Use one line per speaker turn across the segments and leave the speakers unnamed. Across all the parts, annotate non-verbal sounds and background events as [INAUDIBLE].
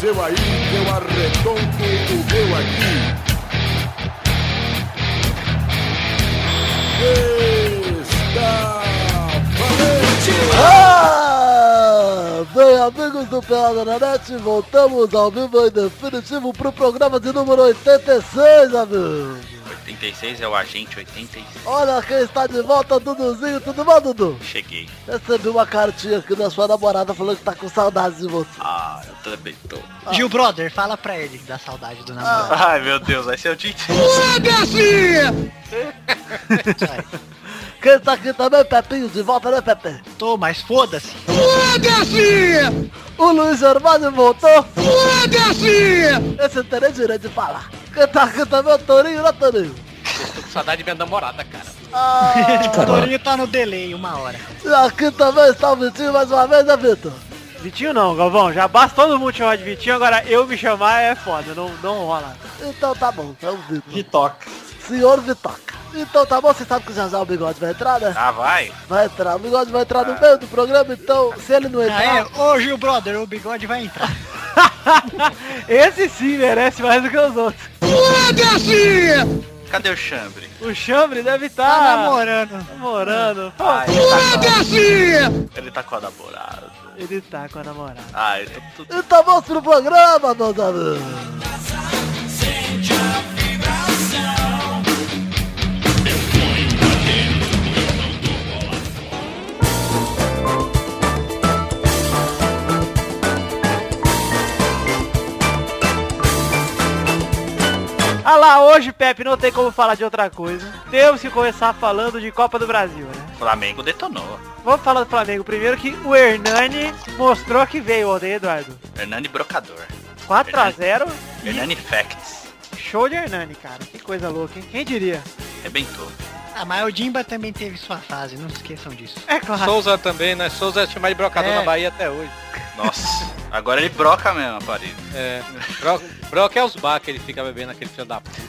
seu aí, eu arredonto o meu aqui. Está valente!
Ah, Bem, amigos do Pelada na Net, voltamos ao vivo e definitivo pro programa de número 86, amigos.
86 é o agente 86.
Olha quem está de volta, Duduzinho, tudo bom, Dudu?
Cheguei.
Recebi uma cartinha aqui da sua namorada falando que tá com saudades de você.
Ah, eu também tô.
Ah.
Gil Brother, fala pra ele da saudade do namorado.
Ai meu Deus, vai ser o dia inteiro.
sai.
Quem tá aqui também, Pepinho, de volta, né, Pepe?
Ah.
Tô, mas foda-se.
O Luiz Germano voltou. Foda-se! Esse eu terei direito de falar. Quem tá aqui também, é o Torinho, né, Torinho?
Tô com saudade da minha namorada, cara. [LAUGHS]
Ah,
O Torinho tá no delay uma hora.
e aqui também está o Vitinho mais uma vez, né, Vitor?
Vitinho não, Galvão. Já basta todo mundo chamar de Vitinho, agora eu me chamar é foda, não, não rola.
Então tá bom, é o Vitor.
Vitoca.
Senhor Vitoca. Então tá bom, você sabe que já já o bigode vai entrar, né?
Ah, vai?
Vai entrar, o bigode vai entrar
Ah.
no meio do programa, então se ele não
Ah, é?
entrar,
Ô Gil Brother, o bigode vai entrar.
Esse sim merece mais do que os outros.
Cadê o chambre?
O Chambre deve
Tá
estar
namorando.
namorando. Pô,
Ah, ele tá, com... ele tá com a namorada.
ele tá com a namorada.
Ah, eu tô tudo.
então vamos pro programa, meus amigos.
Ah lá, hoje, Pepe, não tem como falar de outra coisa. Temos que começar falando de Copa do Brasil, né?
Flamengo detonou.
Vamos falar do Flamengo primeiro, que o Hernani mostrou que veio ontem, Eduardo.
Hernani Brocador.
4x0,
Hernani Facts.
show de Hernani, cara. Que coisa louca, hein? Quem diria?
Rebentou.
Ah, mas o Dimba também teve sua fase, não se esqueçam disso.
É claro.
Souza também, né? Souza é chamado de brocador
É.
na Bahia até hoje.
Nossa. Agora ele broca mesmo a parede.
É. Bro- Broca é os bar que ele fica bebendo aquele filho da puta.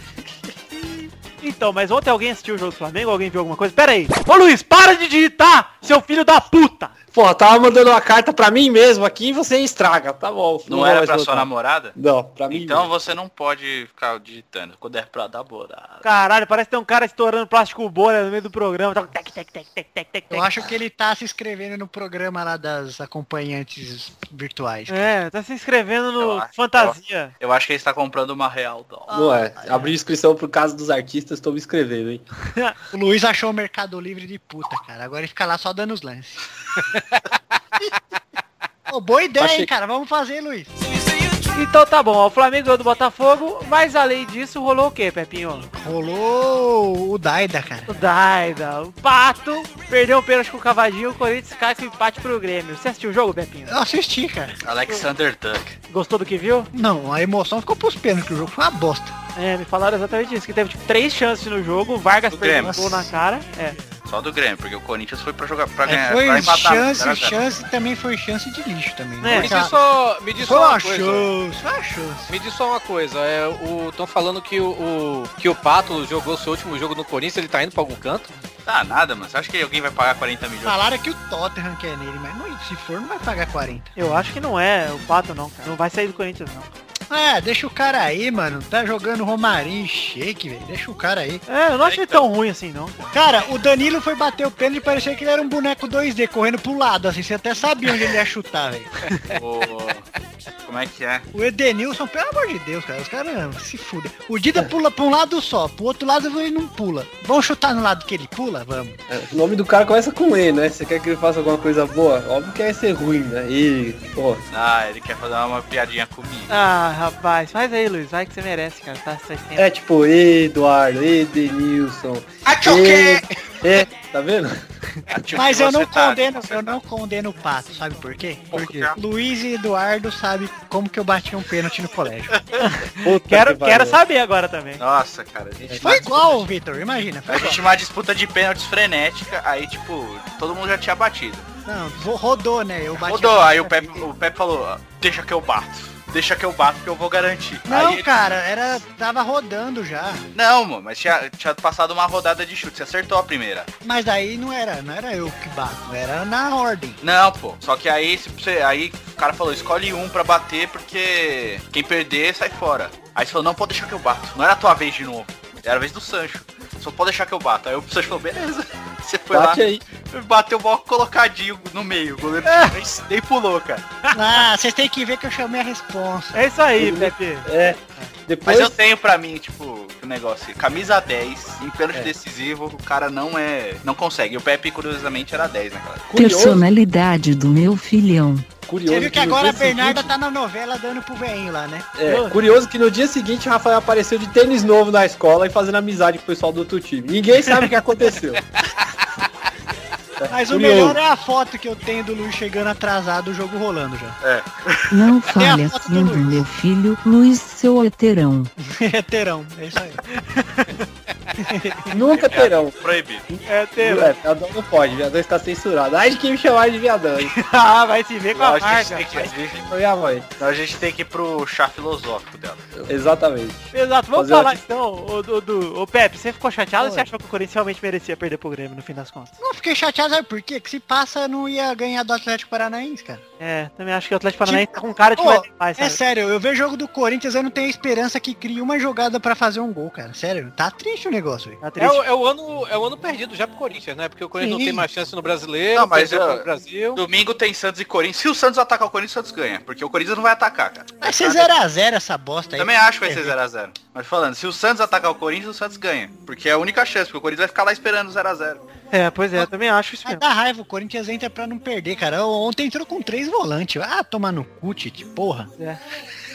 Então, mas ontem alguém assistiu o jogo do Flamengo? Alguém viu alguma coisa? Pera aí. Ô Luiz, para de digitar, seu filho da puta!
Pô, tava mandando uma carta pra mim mesmo aqui e você estraga, tá bom.
Não,
vou
era
mais
pra sua
voltar.
namorada?
Não, pra mim
Então você não pode ficar digitando. Quando é pra namorada.
Caralho, parece que tem um cara estourando plástico bolha no meio do programa. Tá... Tec, tec, tec, tec, tec, tec,
Eu
tec.
acho que ele tá se inscrevendo no programa lá das acompanhantes virtuais.
É, tá se inscrevendo
Eu
no
acho,
Fantasia.
Eu acho que ele está comprando uma real doll.
Ah,
não. Não é. Abri inscrição pro caso dos artistas, tô me inscrevendo, hein.
O Luiz achou o Mercado Livre de puta, cara. Agora ele fica lá só dando
[LAUGHS]
os lances. Ô, boa ideia, hein,
Achei-
cara. Vamos fazer, Luiz.
Então tá bom, ó, o Flamengo ganhou do Botafogo, mas além disso rolou o quê, Pepinho?
Rolou o Daida, cara.
O Daida, o Pato, perdeu o pênalti com o Cavadinho, o Corinthians cai com empate pro Grêmio. Você assistiu o jogo, Pepinho?
Eu assisti, cara.
Alexander Duck.
Gostou do que viu?
Não, a emoção ficou pros pênaltis, que o jogo foi uma bosta.
É, me falaram exatamente isso, que teve tipo três chances no jogo, o Vargas
Do
perdeu um
Grêmio.
gol na cara. É.
Só do Grêmio, porque o Corinthians foi pra jogar pra
É,
ganhar. pra
foi
empatar, tá
chance,
zero a zero.
chance também foi chance de lixo também. né?
É,
Me
Foi
diz só, me diz só
uma
uma coisa.
chance, foi uma chance.
Me diz só uma coisa. É, o, tão falando que o, o- que o Pato jogou seu último jogo no Corinthians, ele tá indo pra algum canto?
Ah, nada, mano. Você acha que alguém vai pagar 40 milhões?
Falaram que o Tottenham quer nele, mas não- se for não vai pagar 40.
Eu acho que não é o Pato não, cara. Não vai sair do Corinthians não.
Ah, deixa o cara aí, mano. Tá jogando Romarinho, shake, velho. Deixa o cara aí.
É, eu não achei
então.
tão ruim assim não.
Cara, o Danilo foi bater o pênalti e parecia que ele era um boneco 2D correndo pro lado, assim, você até sabia onde ele ia chutar, velho.
O- Como é que é?
O Edenilson, pelo amor de Deus, cara, os caras se fudem. O Dida pula pra um lado só, pro outro lado ele não pula. Vamos chutar no lado que ele pula? Vamos.
É, O nome do cara começa com E, né? Você quer que ele faça alguma coisa boa? Óbvio que é ser ruim, né? E, pô,
Ah, ele quer fazer uma piadinha comigo.
Ah, rapaz, faz aí, Luiz, vai que você merece, cara. Tá assistindo.
é tipo Eduardo, Edenilson. E, é, tá vendo?
Mas eu não
Você tá-
condeno,
você
eu
tá-
não condeno o Pato, sabe por quê?
Por
Porque
quê?
Luiz e Eduardo sabe como que eu bati um pênalti no
[LAUGHS]
colégio.
Puta
Quero,
que pariu.
quero saber agora também.
Nossa, cara, a gente
Foi
tá-
igual, Vitor, imagina, foi
A
igual.
gente uma disputa de pênaltis frenética, aí tipo, todo mundo já tinha batido.
Não, vo- rodou, né? Eu bati
Rodou, aí o Pepe, o Pepe falou, deixa que eu bato. deixa que eu bato que eu vou garantir.
Não,
Aí ele-
cara, era. Tava rodando já.
Não, mano, mas tinha, tinha passado uma rodada de chute, você acertou a primeira.
Mas daí não era, não era eu que bato, era na
[LAUGHS]
ordem.
Não, pô. Só que aí, se você, aí o cara falou, escolhe um pra bater, porque quem perder sai fora. Aí você falou, não, pode deixar que eu bato. Não era a tua vez de novo. Era a vez do Sancho. Só pode deixar que eu bato. Aí o Sancho falou, beleza. [LAUGHS] Você foi
Bate
lá,
aí.
bateu mal colocadinho no meio. O goleiro nem pulou, cara.
Ah, vocês têm que ver que eu chamei a responsa.
É isso aí, Pepe.
É.
Mas
Depois
eu tenho pra mim, tipo, o negócio. Camisa 10, em pênalti
É.
decisivo, o cara não é. não consegue. E o Pepe, curiosamente, era né, 10 naquela.
curioso,
Personalidade do meu filhão.
curioso.
Você viu que
no
agora a
dia seguinte-
Bernarda tá na novela dando pro veinho lá, né?
É, curioso que no dia seguinte o Rafael apareceu de tênis novo na escola e fazendo amizade com o pessoal do outro time. Ninguém sabe o que aconteceu.
Mas o
Curioso.
melhor é a foto que eu tenho do Luiz chegando atrasado, o jogo rolando já. [LAUGHS]
Não
a
fale
foto do
assim do
Luiz.
meu filho, Luiz, seu heterão.
É terão, é isso aí.
Nunca terão.
Proibido.
É teu.
É, viadão não pode, viadão está censurado. Ai de quem me chamar de viadão, hein?
[LAUGHS] Ah, vai se ver com a
Nós a, gente
marca.
tem que,
Foi minha mãe.
nós a gente tem que ir pro chá filosófico dela.
Exatamente.
Exato, vamos
Fazer
falar
uma-
então, ô, do, do, ô Pepe, você ficou chateado ou você achou que o Corinthians realmente merecia perder pro Grêmio no fim das contas?
Não, fiquei chateado, sabe por quê? Que se passa, não ia ganhar do Atlético Paranaense, cara.
É, também acho que o Atlético Paranaense tá com cara de
Ô,
mais mais,
É
sabe?
sério, eu vejo jogo do Corinthians, eu não tenho esperança que crie uma jogada pra fazer um gol, cara. Sério, tá triste o negócio, velho.
Tá
É,
triste.
o- é o ano, é o ano perdido já pro Corinthians, né? Porque o Corinthians
Sim.
não tem mais chance no brasileiro,
Não, mas
perdeu
eu-
pro Brasil.
Domingo tem Santos e Corinthians. Se o Santos atacar o Corinthians, o Santos ganha. Porque o Corinthians não vai atacar, cara.
Vai ser né? 0x0 essa bosta aí.
Também acho que vai ser 0x0. Mas falando, se o Santos atacar o Corinthians, o Santos ganha. Porque é a única chance, porque o Corinthians vai ficar lá esperando o 0x0.
É, pois é, eu também acho isso
Vai [LAUGHS]
mesmo.
dar raiva, o Corinthians entra pra não perder, cara. Ontem entrou com três volantes. Ah, tomar no cu, Tite, porra.
É.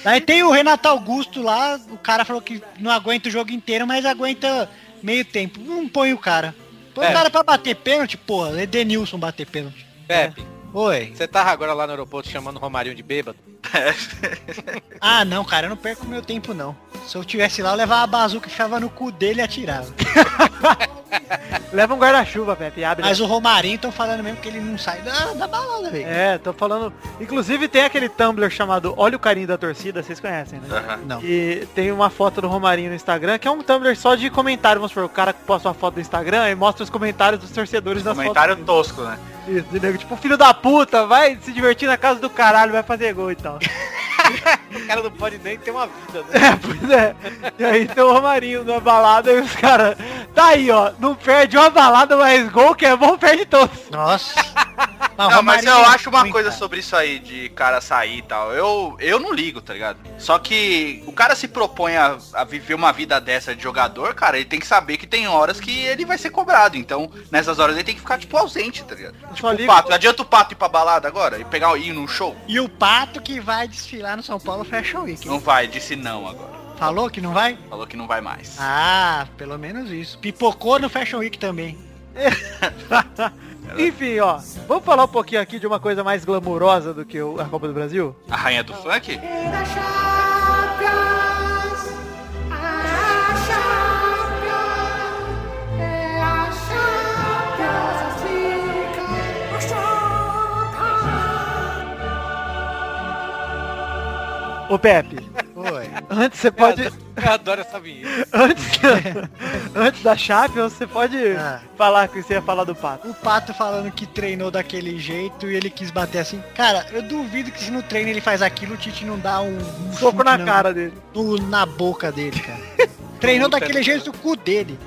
Aí tem o Renato Augusto lá, o cara falou que não aguenta o jogo inteiro, mas aguenta meio tempo. Não põe o cara. Põe o
É.
cara pra bater pênalti, porra. Edenilson bater pênalti.
Pepe,
Oi.
você tava agora lá no aeroporto chamando o Romarinho de bêbado?
Ah, não, cara, eu não perco meu tempo, não. Se eu tivesse lá, eu levava a bazuca e ficava no cu dele e atirava.
Leva um guarda-chuva, Pepe, abre.
Mas o Romarinho estão falando mesmo que ele não sai da, da balada, velho.
É, tô falando. Inclusive tem aquele Tumblr chamado Olha o Carinho da Torcida, vocês conhecem, né?
Não.
E tem uma foto do Romarinho no Instagram, que é um Tumblr só de comentário. Vamos supor, o cara posta uma foto do Instagram e mostra os comentários dos torcedores nas
Comentário
fotos.
tosco, né?
Isso, de nego, tipo, filho da puta, vai se divertir na casa do caralho, vai fazer gol e tal.
[LAUGHS] O cara não pode nem ter uma vida, né?
É, pois é. E aí tem o Romarinho na balada e os caras. Tá aí, ó. Não perde uma balada, mas gol que é bom, perde todos.
Nossa.
Não, mas eu acho uma coisa
só.
sobre isso aí de cara sair e tal. Eu, eu não ligo, tá ligado? Só que o cara se propõe a, a viver uma vida dessa de jogador, cara, ele tem que saber que tem horas que ele vai ser cobrado. Então, nessas horas ele tem que ficar, tipo, ausente, tá ligado?
Tipo
Eu só
O
ligo.
pato, não adianta o pato ir pra balada agora e pegar ir num show?
E o Pato que vai desfilar no São Paulo Fashion Week.
Não vai, disse não agora.
Falou que não vai?
Falou que não vai mais.
Ah, pelo menos isso. Pipocou no Fashion Week também.
Enfim, ó. Vamos falar um pouquinho aqui de uma coisa mais glamurosa do que o- a Copa do Brasil?
A rainha do funk?
Ô Pepe,
Oi.
antes você
Eu
pode.
adoro, eu adoro essa vinheta.
[LAUGHS] antes, antes da Champions, você pode
Ah.
falar que você ia falar do pato.
O Pato falando que treinou daquele jeito e ele quis bater assim. Cara, eu duvido que se no treino ele faz aquilo, o Tite não dá um, um
Soco
chute
na cara dele.
no- na boca dele, cara. [LAUGHS] treinou daquele jeito do cu dele.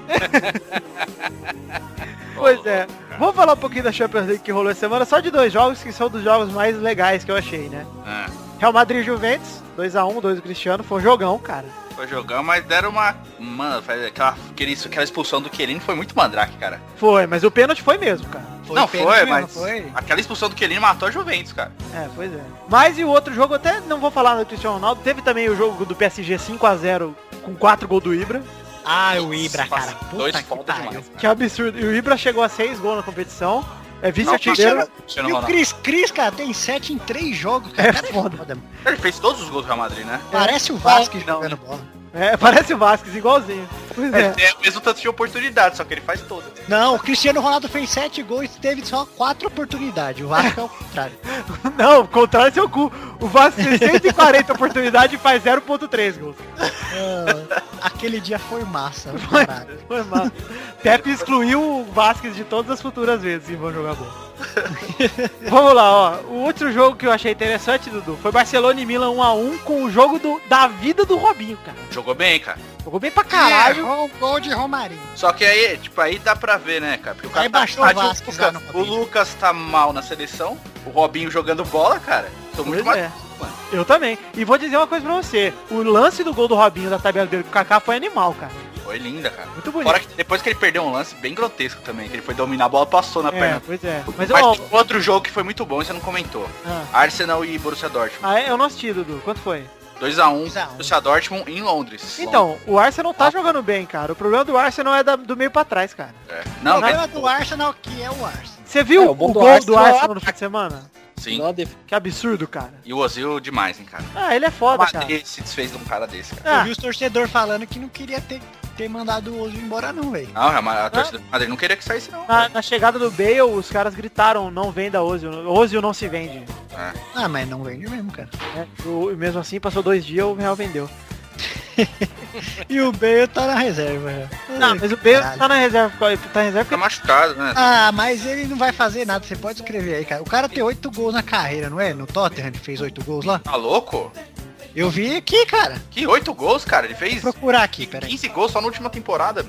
Pois é. Vamos falar um pouquinho da Champions League que rolou essa semana, só de dois jogos que são dos jogos mais legais que eu achei, né?
Ah,
Real Madrid e Juventus, 2x1, 2 do Cristiano, foi um jogão, cara.
foi jogar, mas deram uma. Mano, faz aquela, aquele- aquela expulsão do Querino foi muito mandrake, cara.
Foi, mas o pênalti foi mesmo, cara.
não
pênalti
foi,
mesmo,
mas
foi?
aquela expulsão do Querino matou a Juventus, cara.
É, pois é. Mas e o outro jogo, até não vou falar do Cristiano Ronaldo, teve também o jogo do PSG 5x0 com 4 gols do Ibra,
Ah, o Ibra, cara.
Nossa,
Puta
dois
que
falta
pariu.
demais.
que é um absurdo. E o Ibra chegou a 6 gols na competição, é
Não,
vice-artilheiro.
Cristiano-
E
Cristiano
o
Ronaldo.
Cris Cris, cara, tem sete em três jogos, cara. O cara é
foda. É,
mano.
Ele fez todos os gols do Real Madrid, né?
Parece o Vasco
Não.
jogando bola.
[LAUGHS] É, parece o Vasquez, igualzinho. Pois é.
É, é o mesmo tanto de oportunidade, só que ele faz todas.
Não, o Cristiano Ronaldo fez sete gols e teve só quatro oportunidades. O Vasco é o contrário.
[LAUGHS] Não, contrário é seu cu. O Vasco tem 140 oportunidades e faz 0.3 gols.
Ah, aquele dia foi massa. Caralho.
Foi mal. Pepe excluiu o Vasquez de todas as futuras vezes e vão jogar bom. Vamos lá, ó. O outro jogo que eu achei interessante, Dudu, foi Barcelona e Milan 1x1 com o jogo do- da vida do Robinho, cara.
Jogou bem, cara.
Jogou bem pra
Caralho,
caralho.
errou um gol de Romarinho.
Só que aí, tipo, aí dá pra ver, né, cara? Porque o cara
Aí
tá-
baixou o
tá de-
Vasco
o,
já no
Lucas, o Lucas tá mal na seleção, o Robinho jogando bola, cara. Tô muito
Pois
mais.
é. Eu também. E vou dizer uma coisa pra você. O lance do gol do Robinho da tabela dele com o Kaká foi animal, cara.
Foi linda, cara.
Muito bonito.
Fora que depois que ele perdeu um lance bem grotesco também, que ele foi dominar a bola, passou tá na
É,
perna.
pois é. Mas,
Mas,
ó,
tem um outro jogo que foi muito bom, e você não comentou.
Ah.
Arsenal e Borussia Dortmund.
ah, é, eu não assisti, Dudu. Quanto foi?
2x1,
2x1.
Borussia Dortmund em Londres.
Então, o Arsenal tá jogando bem, cara. O problema do Arsenal é da- do meio pra trás, cara.
Londres. É.
O
Não,
problema
mas,
do Arsenal que é o Arsenal.
Você viu
É,
o
o bom do
gol do
Arsenal é
Arsenal no fim de semana?
sim.
Não, a def-
Que absurdo, cara.
E o Ozil demais, hein, cara.
Ah, ele é foda,
Mas
cara.
ele se desfez de um cara desse, cara.
Eu
Ah,
vi os torcedores falando que não queria ter, ter mandado o Ozo embora não, velho.
Não, é a, a torcida do Madrid não queria que saísse, não.
na, na chegada do Bale, os caras gritaram, não venda Ozil, Ozil não se vende.
Ah, mas não vende mesmo, cara.
né? O- E mesmo assim, passou dois dias, o Real vendeu.
E o Bale tá na reserva já.
Não,
Ai,
mas o Bale
caralho.
tá na reserva, tá na reserva
Fica
porque...
machucado, né?
Ah, mas ele não vai fazer nada, você pode escrever aí, cara. O cara tem oito gols na carreira, não é? No Tottenham ele fez oito gols lá.
Tá louco?
Eu vi aqui, cara.
Que oito gols, cara. Ele fez
Vou procurar aqui, peraí.
15 gols só na última temporada.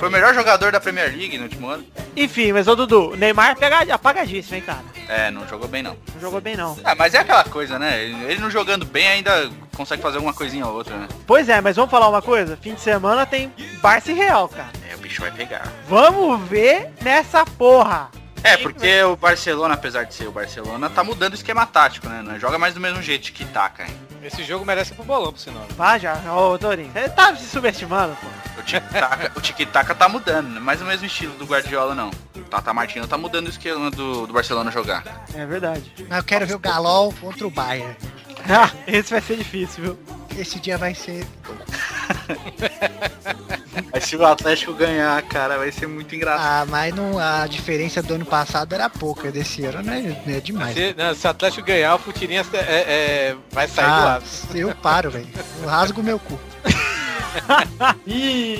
Foi o melhor jogador da Premier League no último ano.
Enfim, mas ô Dudu, o Neymar é pega, apagadíssimo, hein, cara.
É, não jogou bem, não.
Não jogou bem, não.
Ah, mas é aquela coisa, né? Ele ele não jogando bem ainda consegue fazer alguma coisinha ou outra, né?
Pois é, mas vamos falar uma coisa? Fim de semana tem Barça e Real, cara.
É, o bicho vai pegar.
Vamos ver nessa porra.
É, porque o Barcelona, apesar de ser o Barcelona, tá mudando o esquema tático, né? Não joga mais do mesmo jeito de que taca, hein?
Esse jogo merece ir pro bolão, por sinal.
Vá já, ô Torinho. Você tá se subestimando, pô.
O tic-taca o tic -taca tá mudando, não é mais o mesmo estilo do Guardiola, não. O Tata Martino tá mudando o esquema do, do Barcelona jogar.
É verdade.
Mas eu quero ver o Galol contra o Bayern.
Ah, [LAUGHS] Esse vai ser difícil, viu?
Esse dia vai ser.
Mas se o Atlético ganhar, cara, vai ser muito engraçado.
Ah, mas não, a diferença do ano passado era pouca, desse ano não é, não é demais.
Se, não, né, se o Atlético ganhar, o Futirinha é, é, vai sair do
Ah,
lado.
eu paro, velho. Eu rasgo meu cu.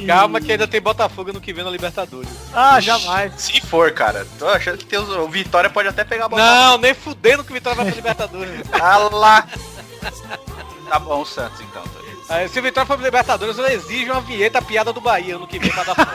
Calma que ainda tem Botafogo no que vem na Libertadores.
Ah, jamais.
Se for, cara, tô achando que tem os- o Vitória pode até pegar a bola.
Não, nem fudendo que o Vitória vai pra Libertadores.
Ah lá! Tá bom, Santos, então. Torinho.
Ah, se o Vitória for pra Libertadores, eu exijo uma vinheta piada do Bahia ano que vem pra dar fora.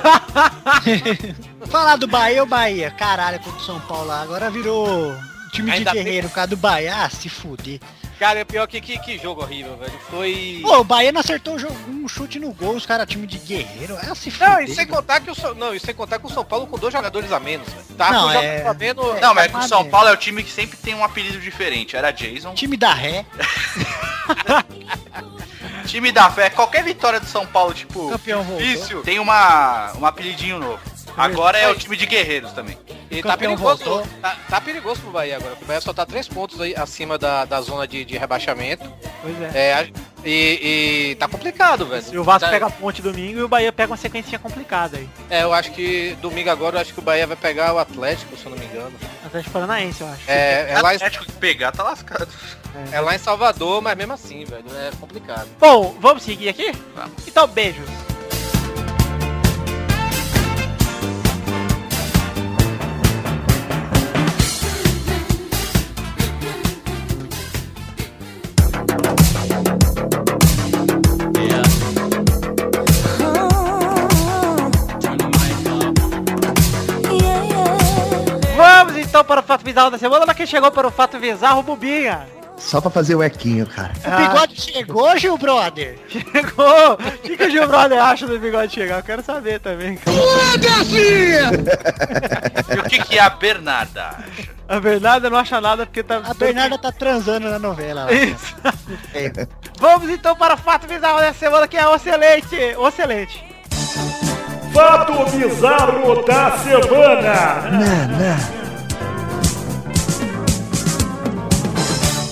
Falar do Bahia, o Bahia. Caralho, contra o São Paulo lá. Agora virou time
Ainda
de
bem-
guerreiro por causa do Bahia. Ah, se fuder.
Cara, é pior que, que que jogo horrível, velho. Foi...
Pô, o Bahia não acertou o jogo, um chute no gol, os caras, time de guerreiro. Ah, se fuder.
Não, é e sem contar que o São, não, e sem contar que o São Paulo com dois jogadores a menos, velho. Tá
Não,
com um
é-
jogador a menos.
Não, mas é que
tá
o São
bem.
Paulo é o time que sempre tem um apelido diferente. Era Jason.
Time da ré,
Time da fé, qualquer vitória do São Paulo, tipo,
campeão voltou.
difícil, tem uma, um apelidinho novo. Agora é o time de guerreiros também.
E
campeão
tá perigoso,
voltou.
tá, tá perigoso pro Bahia agora. O Bahia só tá três pontos aí acima da, da zona de, de rebaixamento.
Pois é.
É, a- e, e tá complicado, velho.
E o Vasco
Tá-
pega a ponte domingo e o Bahia pega uma sequencinha complicada aí.
É, eu acho que domingo agora eu acho que o Bahia vai pegar o Atlético, se eu não me engano.
Atlético Paranaense, eu acho.
É, é,
O
lá, em-
Atlético que pegar tá lascado.
é lá em Salvador, mas mesmo assim, velho, é complicado.
Bom, vamos seguir aqui?
Vamos.
Então, beijos. Vamos então para o fato bizarro da semana, mas quem chegou para o fato bizarro, Bubinha. [LAUGHS]
Só pra fazer o equinho, cara.
Ah.
O bigode chegou, Gil Brother.
Chegou! O que, que o Gil Brother acha do bigode chegar? Eu quero saber também. cara.
E o que que é a Bernarda? acha?
A Bernarda não acha nada porque tá.
A Bernarda tá transando na novela. lá. [LAUGHS]
Isso. Vamos então para o fato bizarro da semana que é excelente! Excelente!
Fato bizarro da semana.
Não, não.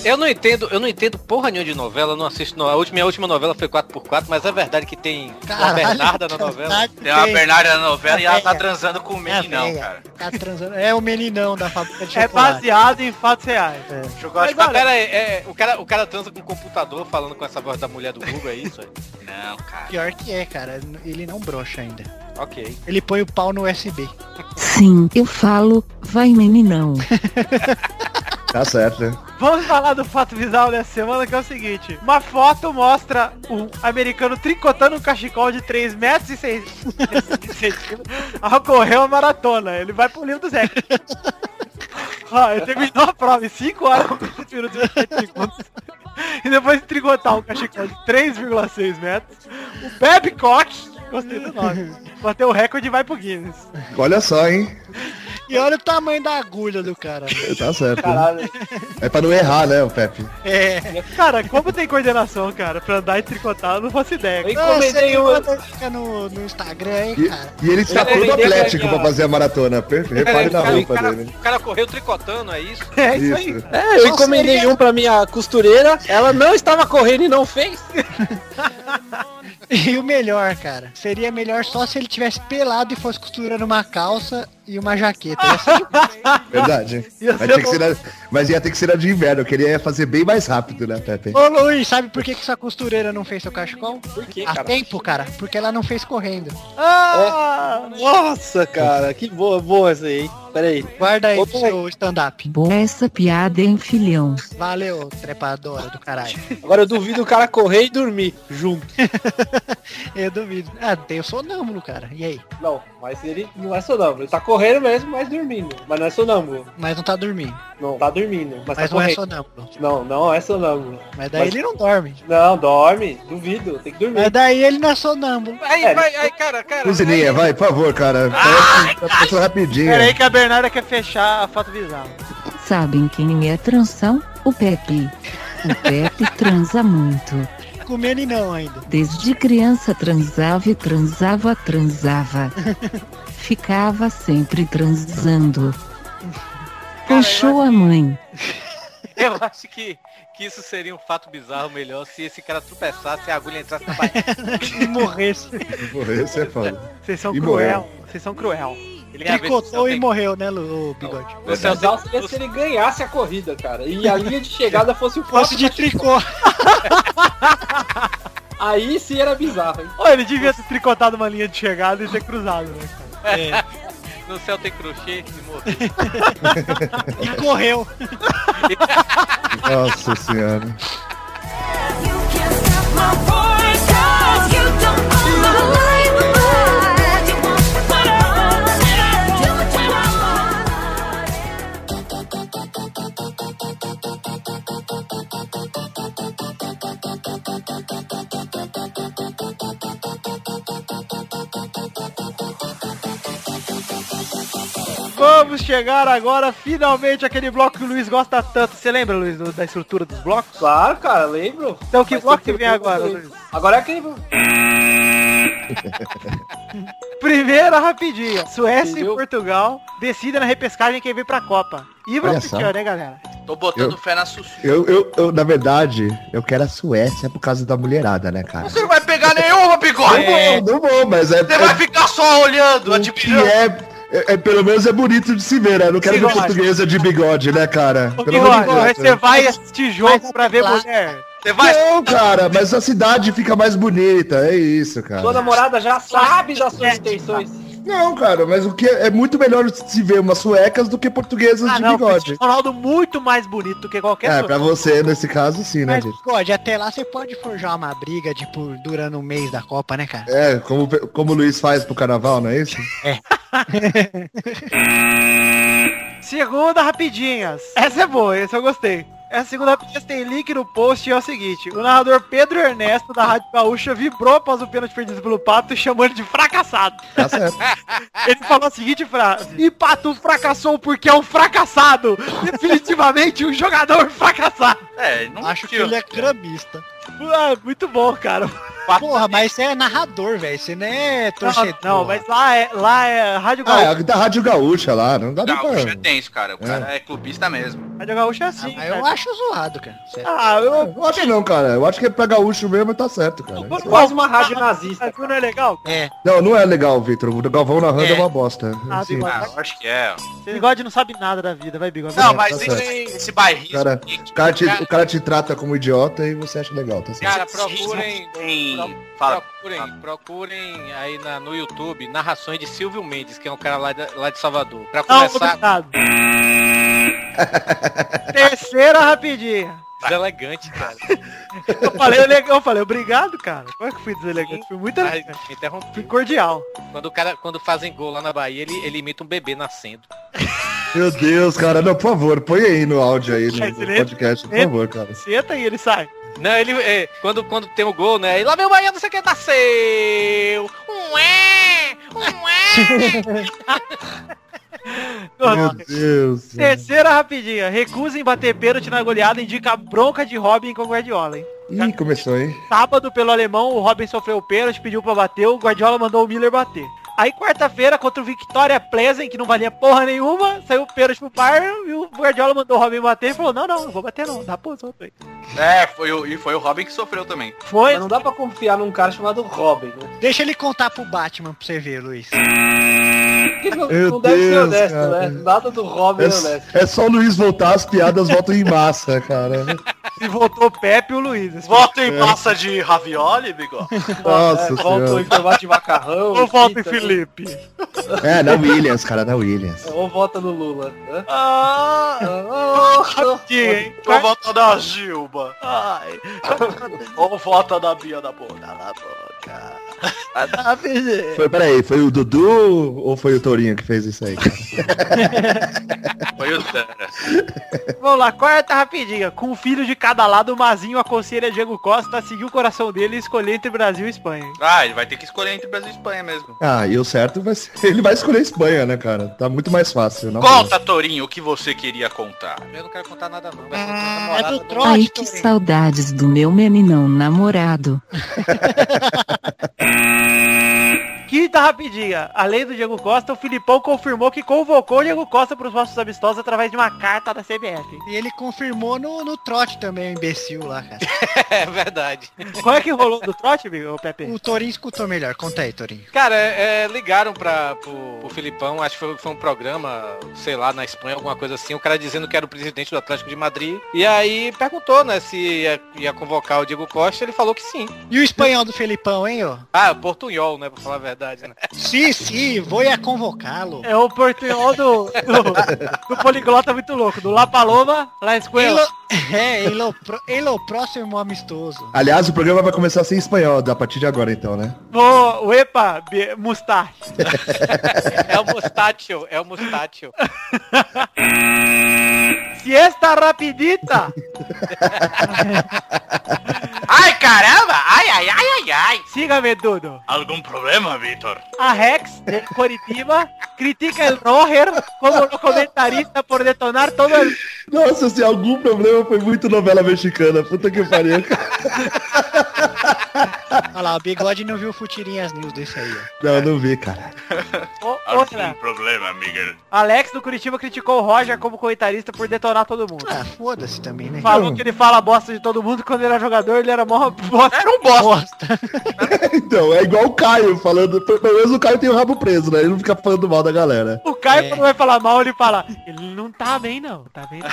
Eu não entendo, eu não entendo porra nenhuma de novela, não assisto. no- A última, minha última novela foi 4x4, mas é verdade que tem [LAUGHS] a Bernarda na
tá
novela.
Tem uma Bernarda na novela e ela tá
Velha.
transando com o meninão,
velha.
cara.
Tá transando. É o meninão da fábrica
[LAUGHS]
de
É
chocolate.
baseado em fatos reais.
Eu gosto
Mas,
de-
cara, é- é- o cara, o cara transa com o computador falando com essa voz da mulher do Google, é
[LAUGHS]
isso? aí?
Não, cara.
Pior que é, cara. Ele não brocha ainda.
ok.
Ele põe o pau no USB.
Sim, eu falo, vai meninão.
Tá certo, né?
Vamos falar do fato visual dessa semana, que é o seguinte. Uma foto mostra o americano tricotando um cachecol de 3 metros e 6 centímetros ao correr uma maratona. Ele vai pro livro do Zé. Ó, ele terminou a prova em 5 horas e 37 minutos e 27 segundos. E depois de tricotar um cachecol de 3,6 metros, o Babcock, gostei do nome, bateu o recorde e vai pro Guinness.
Olha só, hein?
E olha o tamanho da agulha do cara.
Tá certo. né?
Caralho.
É pra não errar, né, o Pepe?
É.
Cara, como tem coordenação, cara, pra andar e tricotar, eu não faço ideia.
Eu
Não, você
encomendei
que
um.
manda dica no, no Instagram, hein, cara.
E, e ele está
Cara,
todo
ele deu
atlético
aqui, ó.
pra fazer a maratona. Perfeito. Repare na
Cara,
tá
o cara-
roupa
o cara-
dele.
o cara correu tricotando, é isso?
É isso aí.
Isso.
É, eu
Só
encomendei
seria-
um pra minha costureira, ela não estava correndo e não fez.
E o melhor, cara. Seria melhor só se ele tivesse pelado e fosse costurando uma calça e uma jaqueta. Ia ser-
Verdade.
Ia
Mas,
ser
tinha que ser na- mas ia ter que ser na de inverno. Eu queria fazer bem mais rápido, né, Pepe?
Ô Luiz, sabe por que, que sua costureira não fez seu cachecol?
Por quê,
A tempo, cara, porque ela não fez correndo.
Ah!
Nossa, cara, que boa, boa essa aí, hein? Pera aí.
Guarda aí
Ô,
pro
Tom.
seu stand-up.
Boa essa piada, hein, filhão.
Valeu, trepadora do
[LAUGHS]
caralho.
Agora eu duvido o cara correr e dormir junto.
Eu duvido. Ah, tem o sonâmbulo, cara. E aí?
Não, mas ele não é sonâmbulo. Ele tá correndo mesmo, mas dormindo. Mas não é sonâmbulo.
Mas não tá dormindo.
Não, tá dormindo, mas,
Mas
tá
não é
correndo.
sonâmbulo.
Não, não é sonâmbulo.
Mas daí
Mas-
ele não dorme.
Não, dorme. Duvido, tem que dormir.
Mas daí ele não é sonâmbulo.
Aí,
É,
vai, aí, cara, cara.
Cozinha, vai, por favor, cara. Parece que passou rapidinho.
Pera aí que a Bernarda quer fechar a foto bizarra.
Sabem quem é transão? O Pepe. O
[LAUGHS]
Pepe transa muito.
Com meninão ainda.
Desde criança transava e transava, transava. Ficava sempre transando. Puxou a mãe.
[LAUGHS] Eu acho que, que isso seria um fato bizarro melhor se esse cara tropeçasse e a agulha entrasse na barriga.
E morresse.
Morreu, você fala.
Vocês são
E
cruel. Vocês são cruel.
Ele é ia ver se
Tricotou
tem-
e morreu, né, Lu, o bigode?
Você é
O legal seria se ele ganhasse a corrida, cara. E a linha de chegada fosse
[LAUGHS]
o
Fosse
próximo.
de
[LAUGHS]
tricô.
Aí sim era bizarro, hein?
Ô, ele devia ter tricotado uma linha de chegada e ter cruzado, né, cara?
No céu tem crochê e morreu.
E correu.
Nossa senhora.
Vamos chegar agora, finalmente, àquele bloco que o Luiz gosta tanto. Você lembra, Luiz, do- da estrutura dos blocos?
Claro, cara, lembro.
Então que
Mas
bloco
tem
que vem agora, Luiz?
Agora é aquele.
[LAUGHS]
Primeira rapidinha. Suécia
Entendeu?
e Portugal decidem na repescagem quem vem pra Copa. E
Olha
Brasileiro,
só.
né, galera?
Tô botando
Eu-
fé na Sussu.
Eu, eu, eu, na verdade, eu quero a Suécia por causa da mulherada, né, cara?
Você não vai pegar nenhuma, bigode!
Não vou, não vou, mas é,
Você vai
é,
ficar só olhando,
o que
admirando.
é, é- é- Pelo menos é bonito de se ver, né? Eu Não quero ver
Bigode.
portuguesa de bigode, né, cara?
Ô,
Pelo amor de
Bigode,
Deus,
mas
né?
você vai assistir jogo
Mas-
pra ver
Claro.
mulher.
Você vai.
Não, cara, mas a cidade fica mais bonita, é isso,
Sua
cara.
namorada já sabe das suas intenções.
Não, cara, mas o que é, é muito melhor se ver umas suecas do que portuguesas
Ah,
de
não,
bigode.
o Ronaldo muito mais bonito do que qualquer
É,
outro.
pra você, nesse caso, sim, né,
Mas,
gente?
bigode, até lá você pode forjar uma briga, tipo, durando um mês da Copa, né, cara?
É, como, como o Luiz faz pro carnaval, não é isso?
Segunda rapidinhas. Essa é boa, essa eu gostei. Essa segunda rapidinhas tem link no post e é o seguinte. O narrador Pedro Ernesto da Rádio Gaúcha vibrou após o pênalti perdido pelo Pato, chamando de fracassado.
Tá certo.
[LAUGHS] Ele falou a seguinte frase. E Pato fracassou porque é um fracassado. Definitivamente um jogador fracassado.
É, não
Acho que
tira.
ele é cramista.
Ah, muito bom, cara.
Porra, mas você é narrador, velho. Você não é
Não,
torcedor.
não, mas lá é, lá é Rádio
Ah,
Gaúcha.
é da Rádio Gaúcha lá, não dá nem
Gaúcho é
pra...
tenso, cara. O cara é clubista mesmo.
Rádio Gaúcha é assim.
Ah, eu
cara.
acho zoado, cara. Sério.
Ah, eu.
Eu acho não, cara. Eu acho que é pra gaúcho mesmo e tá certo, cara.
Por
Quase uma rádio nazista.
Brasil não é legal?
É,
Não, não é legal, Victor. O Galvão narrando é,
É.
uma bosta.
Ah,
Assim,
Bigode.
Ah, eu acho que é.
Bigode não sabe nada da vida, vai, Bigode.
Não,
É,
mas
tá
isso
certo.
aí, esse bairrismo.
Cara,
aqui, que
o, cara te,
Cara-
o cara te trata como idiota e você acha legal, tá certo?
Cara, procurem.
tem-
pro-
Fala.
Procurem, procurem aí na- no YouTube narrações de Silvio Mendes, que é um cara lá, da- lá de Salvador. Pra
Não,
começar,
obrigado. Terceira rapidinha.
deselegante, é cara. [LAUGHS]
Eu falei, ele- é eu falei, obrigado, cara. Como é que eu fui deselegante? Fui muito
Ai,
elegante.
me interrompi.
Fui cordial.
Quando o cara, quando fazem gol lá na Bahia, ele, ele imita um bebê nascendo.
Meu Deus, cara. Não, por favor, põe aí no áudio aí, no,
Mas
no
ele-
podcast, por favor, cara.
Senta e ele sai.
Não, ele é, quando quando tem o gol, né? E lá vem o Bahia, não sei quem nasceu. Um é, um é.
Meu Deus.
Terceira rapidinha. Recusem bater pênalti na goleada indica bronca de Robin com o Guardiola, hein?
Ih, começou, hein?
Sábado, pelo alemão, o Robin sofreu o pênalti, pediu pra bater, o Guardiola mandou o Miller bater. Aí, quarta-feira, contra o Victoria Pleasant, que não valia porra nenhuma, saiu o pênalti pro par e o Guardiola mandou o Robin bater e falou, não, não, não vou bater não, dá pros outros aí.
É, foi, o- e foi o Robin que sofreu também.
Foi,
Mas não dá pra confiar num cara chamado Robin, né?
deixa ele contar pro Batman pra você ver, Luiz.
Porque não,
Meu
não deve ser
Deus,
honesto,
cara.
né? Nada do Robin é honesto.
É, é só o Luiz voltar, as piadas voltam em massa, cara.
e voltou o Pepe e o Luiz. Esse
Volta em massa de ravioli, bigode.
Nossa
é,
senhora.
volta em formato de macarrão.
Ou volta em
pizza,
Felipe.
É, na Williams, cara, na Williams.
Ou vota no Lula. né?
Ah,
Ah,
rapidinho, hein?
Ou volta da Gilba. [LAUGHS] Ou volta da Bia da Boca.
Foi, peraí, foi o Dudu ou foi o Tourinho que fez isso aí? cara?
Foi o Tana.
Vamos lá, quarta rapidinha. Com o filho de cada lado, o Mazinho aconselha Diego Costa a seguir o coração dele e escolher entre Brasil e Espanha. hein?
Ah, ele vai ter que escolher entre Brasil e Espanha mesmo.
Ah, e o certo vai ser. [LAUGHS] Ele vai escolher a Espanha, né, cara? Tá muito mais fácil. Não
Conta, Torinho, o que você queria contar.
Eu não quero contar nada não. Vai ser outra
É
namorada
do
do-
trote,
Ai, que
Torinho.
saudades do meu meninão namorado.
Quinta rapidinha. tá Além do Diego Costa, o Filipão confirmou que convocou o Diego Costa para os nossos amistosos através de uma carta da CBF.
E ele confirmou no, no trote também, o imbecil lá, cara.
[LAUGHS] É verdade.
Qual é que rolou do trote, meu Pepe?
O Torinho escutou melhor. Conta aí, Torinho.
Cara, é, é, ligaram pra, pro, pro Filipão, acho que foi, foi um programa, sei lá, na Espanha, alguma coisa assim, o cara dizendo que era o presidente do Atlético de Madrid. E aí perguntou, né, se ia, ia convocar o Diego Costa, ele falou que sim.
E o espanhol do Felipão, hein, ó?
Ah, portunhol, né, pra falar a verdade, né?
Sim, sim, vou ia convocá-lo.
É o portunhol do, do, do poliglota muito louco. Do La Paloma, La
Ele,
Escuela.
[LAUGHS] é, ele é o pro- ele é o próximo amistoso.
Aliás, o programa vai começar a ser em espanhol a partir de agora, então, né?
O, o Epa, Be- Mustache.
É o Mustátil, é o Mustátil.
[LAUGHS] Siesta rapidita.
Ai, caramba! Ai, ai, ai, ai, ai!
Siga, Medudo.
Algum problema, Vitor?
a Rex de Coritiba critica el Roger como no comentarista por detonar todo el...
Nossa, se algum problema foi muito novela mexicana. Puta que pariu, [LAUGHS] cara.
Olha lá, o Bigode não viu o Futirinhas News desse aí, ó.
Não, não vi, cara.
O-
Ah,
outra.
problema, Miguel.
Alex do Curitiba criticou o Roger como comentarista por detonar todo mundo.
Ah, foda-se também, né?
Falou que ele fala bosta de todo mundo quando ele era jogador, ele era mó bosta.
Era um bosta.
Então, é igual o Caio falando. Pelo menos o Caio tem o rabo preso, né? Ele não fica falando mal da galera.
O Caio
É.
quando vai falar mal, ele fala, ele não tá bem não, tá
[LAUGHS]
bem?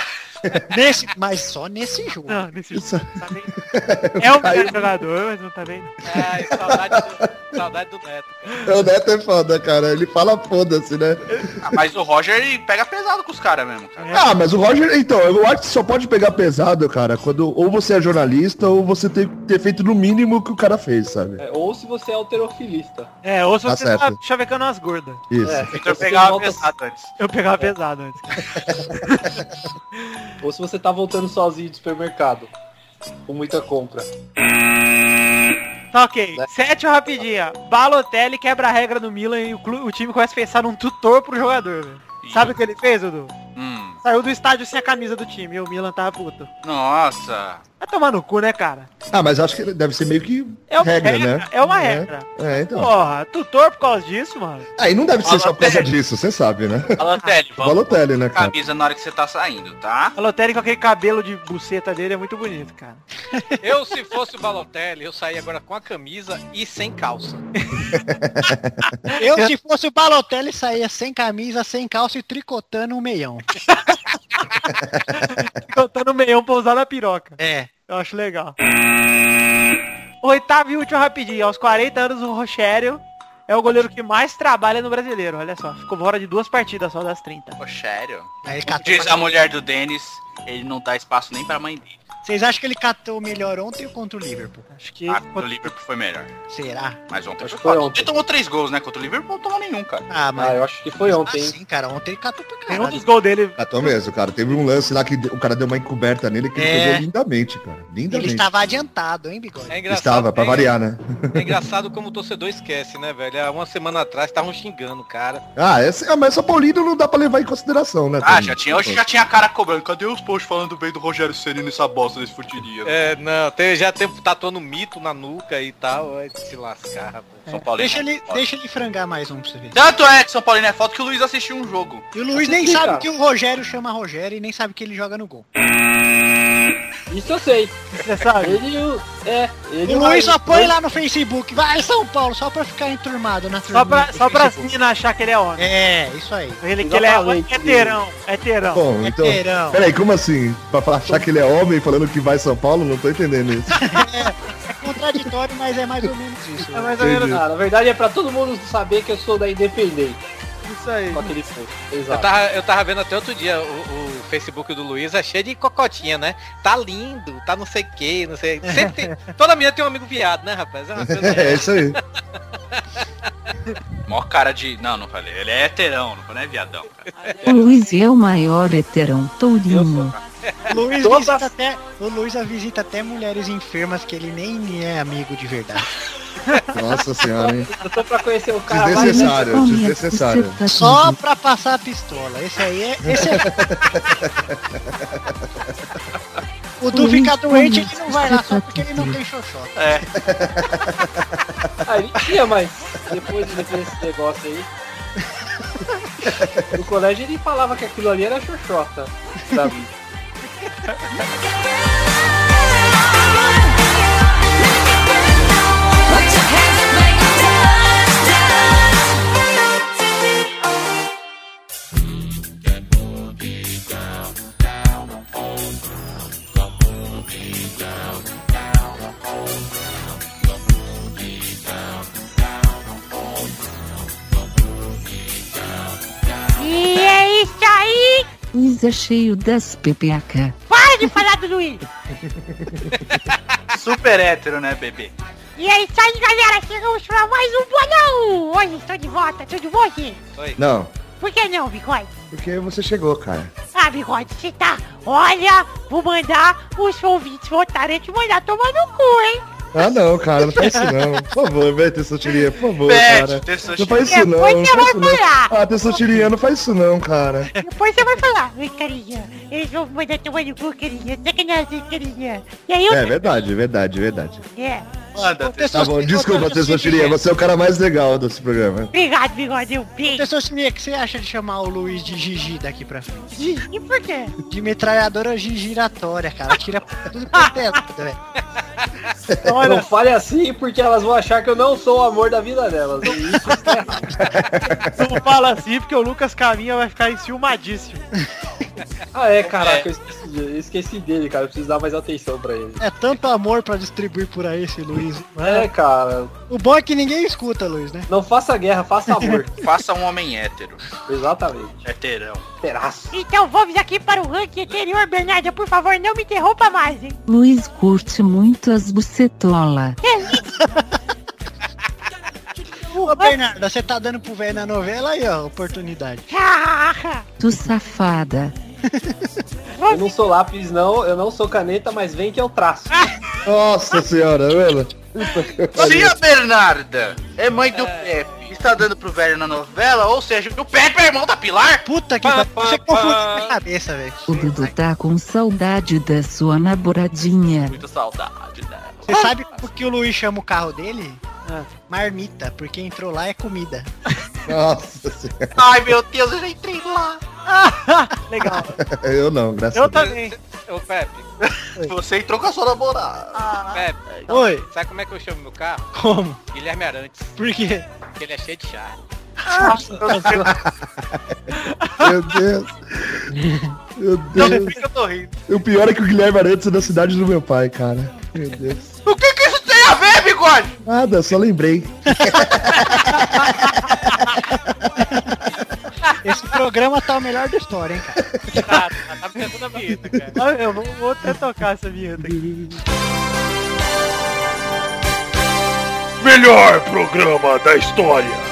Nesse, mas só nesse jogo.
Não, nesse
Isso.
tá bem.
[LAUGHS]
É um melhor jogador, mas não tá bem. não.
Ai, saudade do, saudade do Neto. cara.
O Neto é foda, cara. Ele fala foda-se, né?
Ah, mas o Roger ele pega pesado com os caras mesmo, cara.
Ah, mas o Roger, então, eu acho que só pode pegar pesado, cara, quando ou você é jornalista ou você tem que ter feito no mínimo o que o cara fez, sabe?
É, ou se você é alterofilista.
É, ou se
Tá
você
certo.
tá chavecando umas gordas.
Isso.
É,
O Vitor
você
pegava
volta-
pesado antes.
Eu pegava pesado antes.
Ou se você tá voltando sozinho do supermercado. Com muita compra.
Tá ok. Sete rapidinha. Balotelli quebra a regra no Milan e o, clu- o time começa a pensar num tutor pro jogador, velho.
Ih.
Sabe o que ele fez, Dudu?
Hum,
Saiu do estádio sem a camisa do time e o Milan tava puto.
nossa.
Vai tomar no cu, né, cara?
Ah, mas acho que deve ser meio que
É uma
regra,
regra,
né?
é uma regra.
É, então.
Porra, tutor por causa disso, mano.
Aí não deve ser só por causa
Balotelli.
disso, você sabe, né?
Balotelli, vamos
Balotelli, né,
com
cara?
camisa na hora que você tá saindo, tá?
Balotelli com aquele cabelo de buceta dele é muito bonito, cara. [LAUGHS]
Eu, se fosse o Balotelli, eu saía agora com a camisa e sem calça.
Eu, se fosse o Balotelli, saía sem camisa, sem calça e tricotando um meião.
Cantando meião pra usar na piroca.
É.
Eu acho legal. Oitavo e último rapidinho. Aos 40 anos, o Rogério é o goleiro que mais trabalha no brasileiro. Olha só, ficou fora de duas partidas só das 30.
Pô, sério.
Aí ele catou-
Diz a mulher do Denis, ele não dá espaço nem pra mãe dele.
Vocês acham que ele catou melhor ontem ou contra o Liverpool?
Acho que...
Ah, contra o Liverpool foi melhor.
Será?
Mas ontem
Acho
foi
que foi
foda.
ontem.
Ele tomou três gols, né? Contra o Liverpool não tomou nenhum, cara.
Ah,
Ah,
mas
eu acho que foi ontem. hein?
assim, cara, ontem ele catou pra
Tem um dos
caralho.
gols dele.
Até mesmo, cara. Teve um lance lá que de- o cara deu uma encoberta nele que ele
É.
pegou lindamente, cara.
Ele
Lindamente.
estava adiantado, hein, Bigode?
É engraçado.
Estava, pra
é-
variar, né?
É engraçado como o torcedor esquece, né, velho? Há uma semana atrás estavam xingando o cara.
Ah, essa, ah, mas São Paulino não dá pra levar em consideração, né?
Ah,
Tem-
já tinha, hoje já tinha a cara cobrando. Cadê os posts falando bem do Rogério Ceni nessa bosta desse futiria?
É, não, tem, já tem tá tatuando mito na nuca e tal. Vai se lascar, pô.
São Paulo. é
Deixa ele, deixa ele frangar mais um pra você ver.
Tanto é que São Paulino é foda que o Luiz assistiu um jogo.
E o Luiz nem
Sim,
sabe
cara.
que o Rogério chama Rogério e nem sabe que ele joga no gol.
Isso eu sei.
Você sabe?
Ele. o- É, ele.
O Luiz só põe
apoia
lá no Facebook, vai São Paulo, só pra ficar enturmado na
Só pra,
turminha do
só pra as
Facebook.
minas achar que ele é homem.
É, isso aí.
Ele, que ele é,
Exatamente.
é terão, é terão.
Bom, então.
[LAUGHS]
Verão.
Peraí, como assim? Pra falar, achar que ele é homem falando que vai São Paulo? Não tô entendendo isso.
É contraditório, mas é mais ou menos
[LAUGHS]
isso.
É mais ou menos
Entendi.
Ah, na verdade é pra todo mundo saber que eu sou da Independente.
isso aí.
Com aquele ponto.
Eu
Exato.
tava, eu tava vendo até outro dia o, o Facebook do Luiz, é cheio de cocotinha, né? Tá lindo, tá não sei o que, não sei.
[LAUGHS]
Sempre tem, toda menina tem um amigo viado, né, rapaz? É uma coisa-
É, isso aí.
Mó cara de. Não, não falei. Ele é heterão, não não é viadão, cara.
O Luiz é o maior heterão tourinho.
O Luiz,
Toda-
visita até, o Luiz a visita até mulheres enfermas que ele nem é amigo de verdade.
Nossa senhora, hein?
Eu tô pra conhecer o cara né? mais.
Desnecessário,
Olha,
desnecessário.
você tá
Uhum.
Só
tudo.
pra passar a pistola. Esse aí é. Esse é...
[LAUGHS]
O Du fica doente, ele não vai lá só porque ele não tem xoxó.
Tá
Aí Ah, ele tinha, mas depois, depois desse negócio aí. No colégio ele falava que aquilo ali era xoxota. Sabe?
E é isso aí!
Luiz é cheio das PPAK.
Para de falar do Luiz!
Super hétero, né, bebê?
E é isso aí, galera! Chegamos pra mais um bolão! Hoje estou de volta, tudo bom, gente?
Não,
Por que não, bigode?
porque você chegou, cara.
Ah, bigode, você tá... Olha, vou mandar os ouvintes voltarem a te mandar tomar no cu, hein?
Ah, não, cara, não faz isso não. Por favor, velho, Tessotiria, por favor, cara.
Pede, terça
Não faz isso não,
Depois
não
você
faz
vai
isso não.
falar!
Ah, Tessotiria, não faz isso não, cara.
Depois você vai falar! Oi, carinha, eles vão mandar tomar no cu, carinha, sacanagem, carinha! E aí eu...
É verdade, verdade, verdade.
É.
Manda, terça
Tá bom, desculpa, Tessotiria,
Tessotiria.
você é o cara mais legal desse programa.
Obrigado, bigode, um beijo!
Tessotiria, o que você acha de chamar o Luiz de Gigi daqui pra frente?
E por quê?
De metralhadora gi- giratória, cara. Tira [LAUGHS] tudo quanto é lado, velho.
Então,
Não
olha,
fale assim porque elas vão achar que eu não sou o amor da vida delas. E isso está errado.
não fala assim porque o Lucas Caminha vai ficar enciumadíssimo.
Ah, é, caraca, eu esqueci, de- eu esqueci dele, cara. Eu preciso dar mais atenção pra ele.
É tanto amor pra distribuir por aí esse Luiz.
É, cara,
O bom é que ninguém escuta, Luiz, né?
não faça guerra, faça amor. [LAUGHS]
Faça um homem hétero.
Exatamente.
Heterão.
Peraço.
Então vamos aqui para o ranking anterior, Bernarda, por favor, não me interrompa mais, hein?
Luiz curte muito as bucetola.
Ô, Bernardo, você tá dando pro velho na novela aí, ó, oportunidade.
Ah,
Tu safada.
Eu não sou lápis, não. Eu não sou caneta, mas vem que eu traço.
Nossa senhora, velho.
Tia Bernarda é mãe do Pepe. Está dando pro velho na novela, ou seja, o Pepe é irmão da Pilar?
Puta que pariu. Você confundiu minha cabeça, velho.
O Dudu tá com saudade da sua namoradinha.
Muita saudade dela.
Você
Ah.
sabe por que o Luiz chama o carro dele? Marmita, porque entrou lá é comida.
Nossa senhora.
Ai meu Deus, eu já entrei lá.
Legal.
Eu não, graças a
Eu
Deus.
também.
Ô Pepe,
[LAUGHS] Você entrou com a sua namorada.
Pepe,
Oi,
sabe como é que eu chamo meu carro?
como?
Guilherme Arantes,
Por quê?
porque ele é cheio de charme.
Meu Deus. Meu Deus.
Eu tô rindo.
O pior é que o Guilherme Arantes é da cidade do meu pai, cara. Meu Deus.
O que que isso tem a ver, bigode?
Nada, só lembrei.
Esse programa tá o melhor da história, hein, cara?
Tá, tá pensando a vinheta, cara.
Ah, Eu vou, vou até tocar essa vinheta aqui.
Melhor programa da história.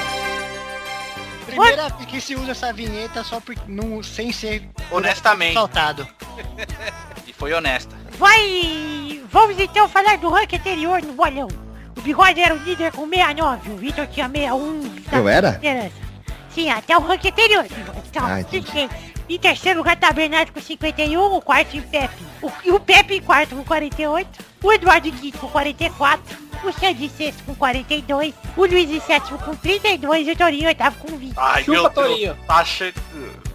Primeira vez que se usa essa vinheta só por, não, sem ser
Honestamente,
saltado.
e foi honesta.
Vai! Vamos então falar do ranking anterior no bolão. O Bigode era o líder com 69, o Vitor tinha 61.
Eu era?
liderança. Sim, até o ranking anterior. Bigode. Então,
Ah, entendi.
fiquei. em terceiro lugar tá Bernardo com 51, o quarto em Pepe. O, e o Pepe em quarto com 48, o Eduardo em quinto com 44, o Sandy em sexto com 42, o Luiz em sétimo com 32 e o Torinho em oitavo com 20.
Ai
Chupa, Torinho.
Tá che...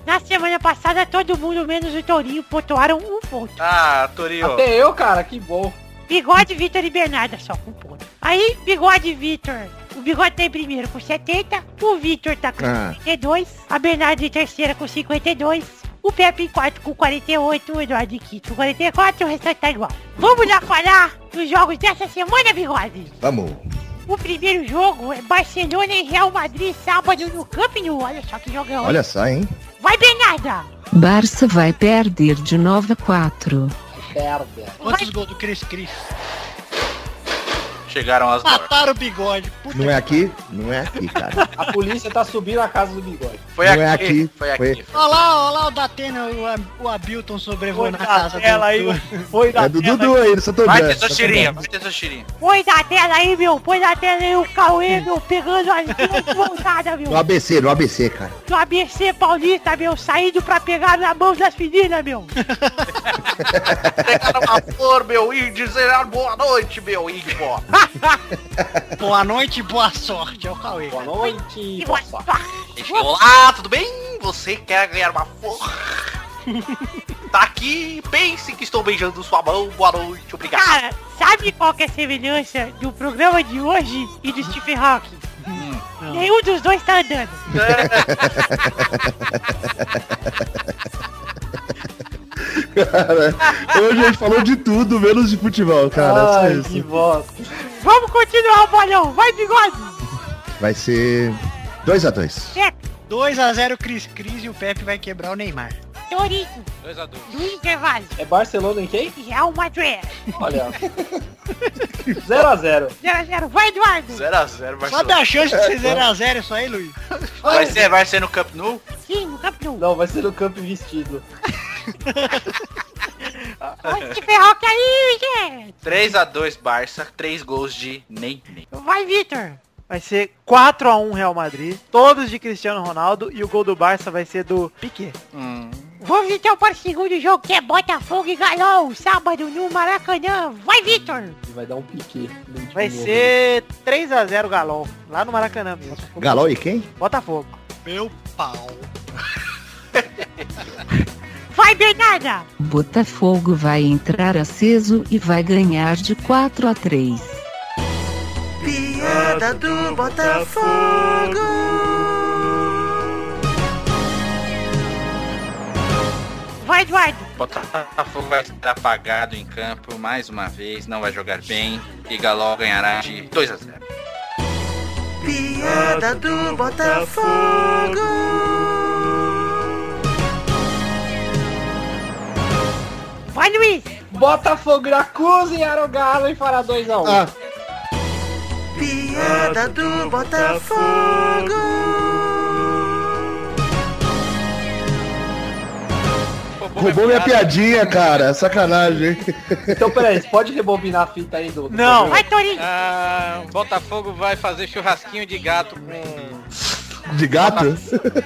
Na semana passada, todo mundo menos o Torinho pontuaram um ponto.
Ah, Torinho.
Até eu, cara, que bom.
Bigode, Vitor e Bernarda só com ponto. Aí, Bigode e Vitor. O Bigode tá em primeiro com 70. O Vitor tá com
Ah.
52. A Bernarda em terceira com 52. O Pepe em quarto com 48. O Eduardo em quinto com 44. O restante tá igual. Vamos lá falar dos jogos dessa semana, Bigode.
Vamos.
O primeiro jogo é Barcelona e Real Madrid, sábado no Camp Nou. Olha só que jogão.
Olha só, hein?
Vai, Bernarda.
Barça vai perder de 9 a 4.
Merda.
Quantos gols do Cris Cris?
Chegaram as
[LAUGHS]
duas.
Mataram o bigode. Puta
Não é aqui? Não é aqui, cara.
A polícia tá subindo a casa do bigode.
Foi
Não é
aqui,
aqui,
Foi aqui.
Olha lá, olha lá o Datena, o, Ab- o Abilton
Foi
sobrevoando a
da
casa
tela aí.
do...
Foi da
É do
tela
Dudu
aí.
aí, do Santo
Vai,
André.
tesourinha. Vai,
[LAUGHS]
tesourinha.
Põe na tela aí, meu. Põe na tela aí o Cauê, meu. Pegando as duas voltadas, meu.
No ABC, no ABC, cara.
do ABC Paulista, meu, saindo pra pegar na mão das meninas,
[LAUGHS]
meu.
Pegaram uma flor, meu, e dizer boa noite, meu, e vó.
Boa noite, boa sorte. É o Cauê.
Boa
cara.
noite. papai.
Olá, tudo bem? Você quer ganhar uma flor? [LAUGHS] tá aqui, pense que estou beijando sua mão, boa noite, obrigado.
Cara, sabe qual que é a semelhança do programa de hoje e do Stephen Hawking?
Hum,
Nenhum dos dois tá andando.
Cara, Hoje a gente falou de tudo, menos de futebol, cara. é Só
Ai, que
isso.
bosta.
Vamos continuar o bolão. Vai, bigode.
Vai ser 2x2.
2x0 Cris Cris e o Pepe vai quebrar o Neymar.
Torinho,
2x2.
do intervalo.
É Barcelona em quem?
Real Madrid. é
Olha. 0x0.
0x0. Vai, Eduardo.
0x0,
Sabe
Barcelona.
a chance de ser 0x0 isso aí, Luiz?
Vai ser, vai ser no Camp Nou?
Sim, no
[LAUGHS]
campeão.
Não, vai ser no campo vestido.
Olha o Stephen Hawking aí, gente.
3x2 Barça, 3 gols de Ney.
Vai, Vitor.
Vai ser 4x1 Real Madrid, todos de Cristiano Ronaldo e o gol do Barça vai ser do Piquet.
Hum.
Vamos então para o segundo jogo, que é Botafogo e Galol, sábado no Maracanã. Vai, Vitor.
E Vai dar um pique.
Vai ser 3x0 Galol, lá no Maracanã mesmo.
Galol e quem?
Botafogo.
Meu pau.
[LAUGHS] Vai, Bernarda.
Botafogo vai entrar aceso e vai ganhar de 4 a 3.
Vai, Eduardo.
Botafogo vai estar apagado em campo mais uma vez, não vai jogar bem. E Galo ganhará de 2x0.
Vai, Luiz.
Botafogo na cozinhar o galo e fará 2x1.
Ah,
Pô,
Roubou minha piadinha, cara. Sacanagem.
Então, peraí, você pode rebobinar a fita aí do. do
Não.
programa?
Vai, Torinho.
Ah, Botafogo vai fazer churrasquinho de gato com.
De gato?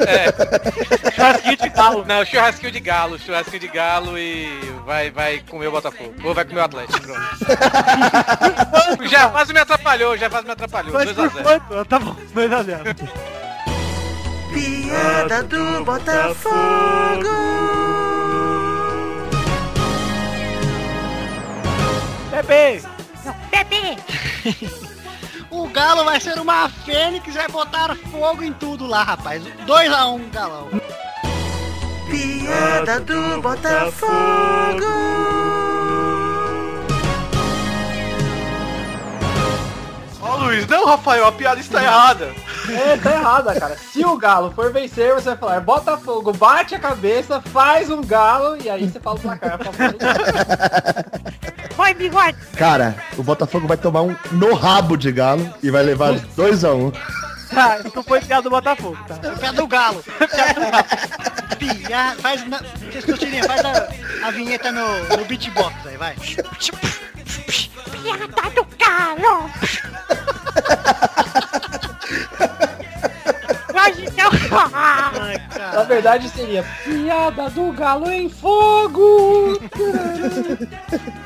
É,
[LAUGHS] Churrasquinho de galo.
não, churrasquinho de galo, churrasquinho de galo e vai, vai comer o Botafogo. Ou vai comer o Atlético,
[LAUGHS]
pronto. já quase me atrapalhou, já quase me atrapalhou.
Mas
2 a
por
0.
quanto? Tá bom, 2x0.
Piada do Botafogo.
Pepe!
Não, Pepe.
[LAUGHS] O Galo vai ser uma fênix, vai botar fogo em tudo lá, rapaz. 2x1, Galão.
Piada do Botafogo.
Ó, Luiz, não, Rafael, a piada está errada.
É, tá errada, cara. Se o galo for vencer, você vai falar Botafogo, bate a cabeça, faz um galo e aí você fala o placar. por favor.
Vai, bigode.
Cara, o Botafogo vai tomar um no rabo de galo e vai levar 2x1.
Tá, isso não foi piada do Botafogo, tá?
Pé do Galo. Piada, faz na... Vocês curtirem, faz a, a vinheta no, no beatbox aí, vai.
Piada do galo. Mas então... [LAUGHS]
Ai, cara.
Na verdade seria piada do galo em fogo.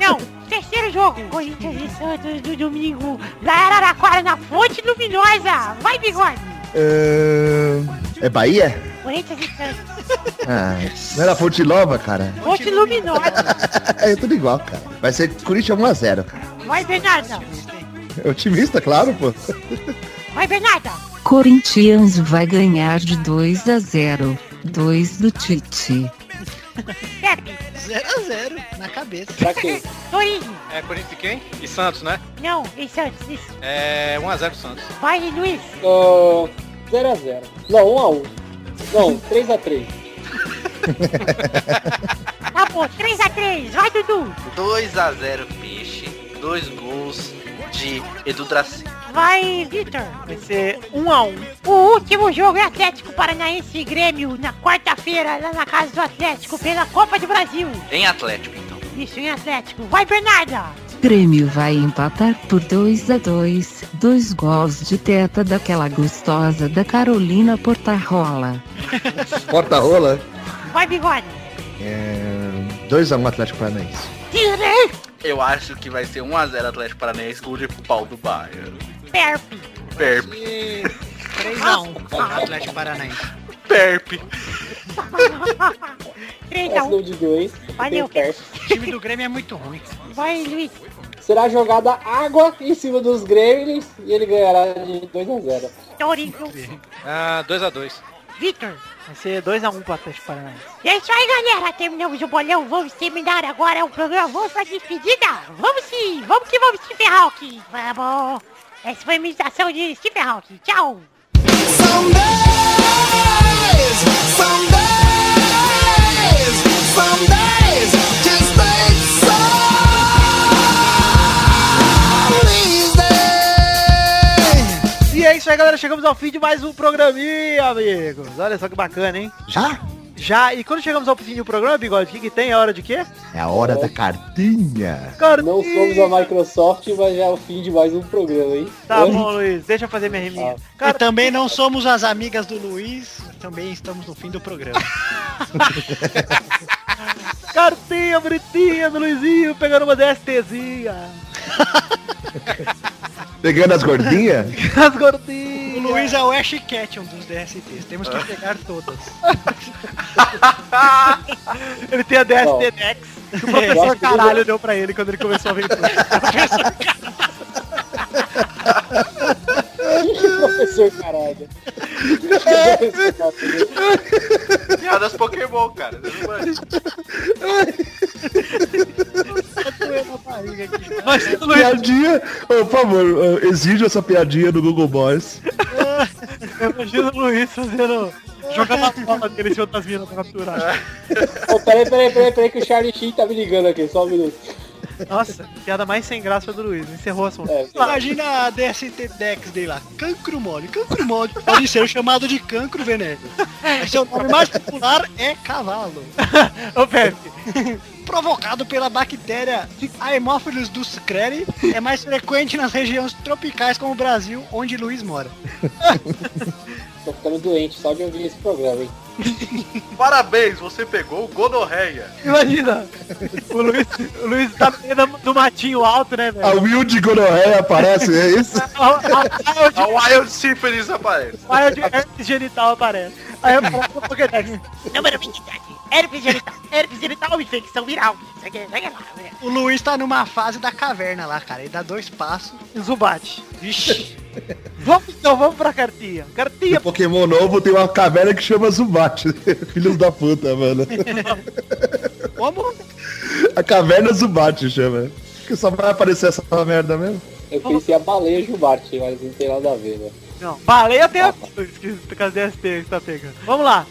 Não, terceiro jogo, Corinthians e Santos do domingo, lá em Araraquara, na Fonte Luminosa. Vai, bigode.
Ahn, É Bahia?
Corinthians e Santos,
Ah, não era Fonte Nova, cara?
Fonte Luminosa.
É tudo igual, cara. Vai ser Corinthians 1x0, cara.
Vai, Bernarda.
É Otimista, claro, pô.
Vai, Bernarda.
Corinthians vai ganhar de 2 a 0. 2 do Tite.
Pepe,
0x0 na cabeça.
Pra quê?
Torinho.
É, Corinthians e quem? E Santos, né?
Não, e Santos, isso.
É, 1x0 Santos.
Vai, Luiz.
0x0. Não, 1x1. Não, 3x3.
Tá bom, 3x3. Vai, Dudu.
2 a 0 peixe. Dois gols de Edu Dracen.
Vai, Vitor.
Vai ser 1x1.
O último jogo é Atlético Paranaense e Grêmio, na quarta-feira, lá na casa do Atlético, pela Copa do Brasil.
Em Atlético, então.
Isso em Atlético. Vai, Bernarda.
Grêmio vai empatar por 2 a 2. Dois gols de teta daquela gostosa da Carolina Portarrola.
Porta-rola.
Vai, Bigode.
É... 2x1 Atlético Paranaense.
Tirei,
Eu acho que vai ser 1 a 0 Atlético Paranaense com o Tipo pau do Bayern.
Perp.
Perp,
E 3x1 pro Atlético Paranaense.
perp.
3x1.
Arsenal de 2.
Valeu,
O time do Grêmio é muito ruim.
Vai, Luiz.
Será jogada água em cima dos gremlins e ele ganhará de 2x0.
Torinho.
Ah, 2x2.
Vitor.
Vai ser 2x1 pro Atlético Paranaense.
É isso aí, galera. Terminamos o bolão. Vamos terminar agora o programa. Vamos pra despedida. Vamos sim. Vamos que vamos, Stephen Hawking. Vamos. Essa foi a imitação de Stephen Hawking. Tchau.
E é isso aí, galera. Chegamos ao fim de mais um programinha, amigos. Olha só que bacana, hein?
Já?
Já, e quando chegamos ao fim do programa, Bigode, o que, que tem? É hora de quê?
É a hora da cartinha.
Cara,
Não somos a Microsoft, mas já é o fim de mais um programa, hein?
Tá
Hoje- Ah.
bom, Luiz. Deixa eu fazer minha riminha.
E também não somos as amigas do Luiz, também estamos no fim
[LAUGHS]
do programa.
Cartinha bonitinha do Luizinho pegando uma DSTzinha.
Pegando as gordinhas?
As
O
gordinhas.
Luiz é o Ash Ketchum dos DSTs, temos
Ah.
que pegar
[LAUGHS]
todas.
Ele tem a DST Dex. Que o né? professor
É.
caralho deu pra ele quando ele começou a aventura.
Professor caralho. Professor caralho.
Piadas Pokémon, cara.
Mas,
[LAUGHS]
Luiz,
Piadinha? Ô, por favor, eh, exige essa piadinha do Google Boys.
eu imagino o Luiz fazendo... Jogando a bola dele em cima das minas pra capturar.
Ô, peraí, peraí, peraí, peraí, que o Charlie Sheen tá me ligando aqui, só um minuto.
Nossa, piada mais sem graça foi do Luiz. Encerrou o assunto.
É,
Imagina a DST Dex dele lá, cancro mole. Cancro mole pode ser chamado de cancro veneno. Mas seu nome mais popular é cavalo.
Ô, Pepe,
Provocado pela bactéria Haemophilus duskleri, é mais frequente nas regiões tropicais como o Brasil, onde Luiz mora.
tô ficando doente só de ouvir esse programa, hein?
Parabéns, você pegou gonorreia.
imagina. O Luiz, o Luiz tá no meio da- do matinho alto, né,
A
velho?
Wild Gonorreia aparece, é isso?
A-
A Wild Syphilis aparece.
a- a- a- de herpes genital aparece. Aí eu falo pro Pokédex.
Número 27. Herpes genital. Herpes genital, infecção viral. Isso aqui, isso aqui é lá.
O Luiz tá numa fase da caverna lá, cara. Ele dá dois passos.
Zubat.
Vixe,
Vamos então, vamos pra cartinha.
No
Cartinha,
Pokémon novo tem uma caverna que chama Zubat. [LAUGHS] Filhos da puta, mano.
como?
A caverna Zubat chama. Que só vai aparecer essa merda mesmo.
Eu pensei a baleia Jubarte, mas não tem nada a ver, né?
Não, baleia tem a coisa que por causa da ST que tá pegando. Vamos lá.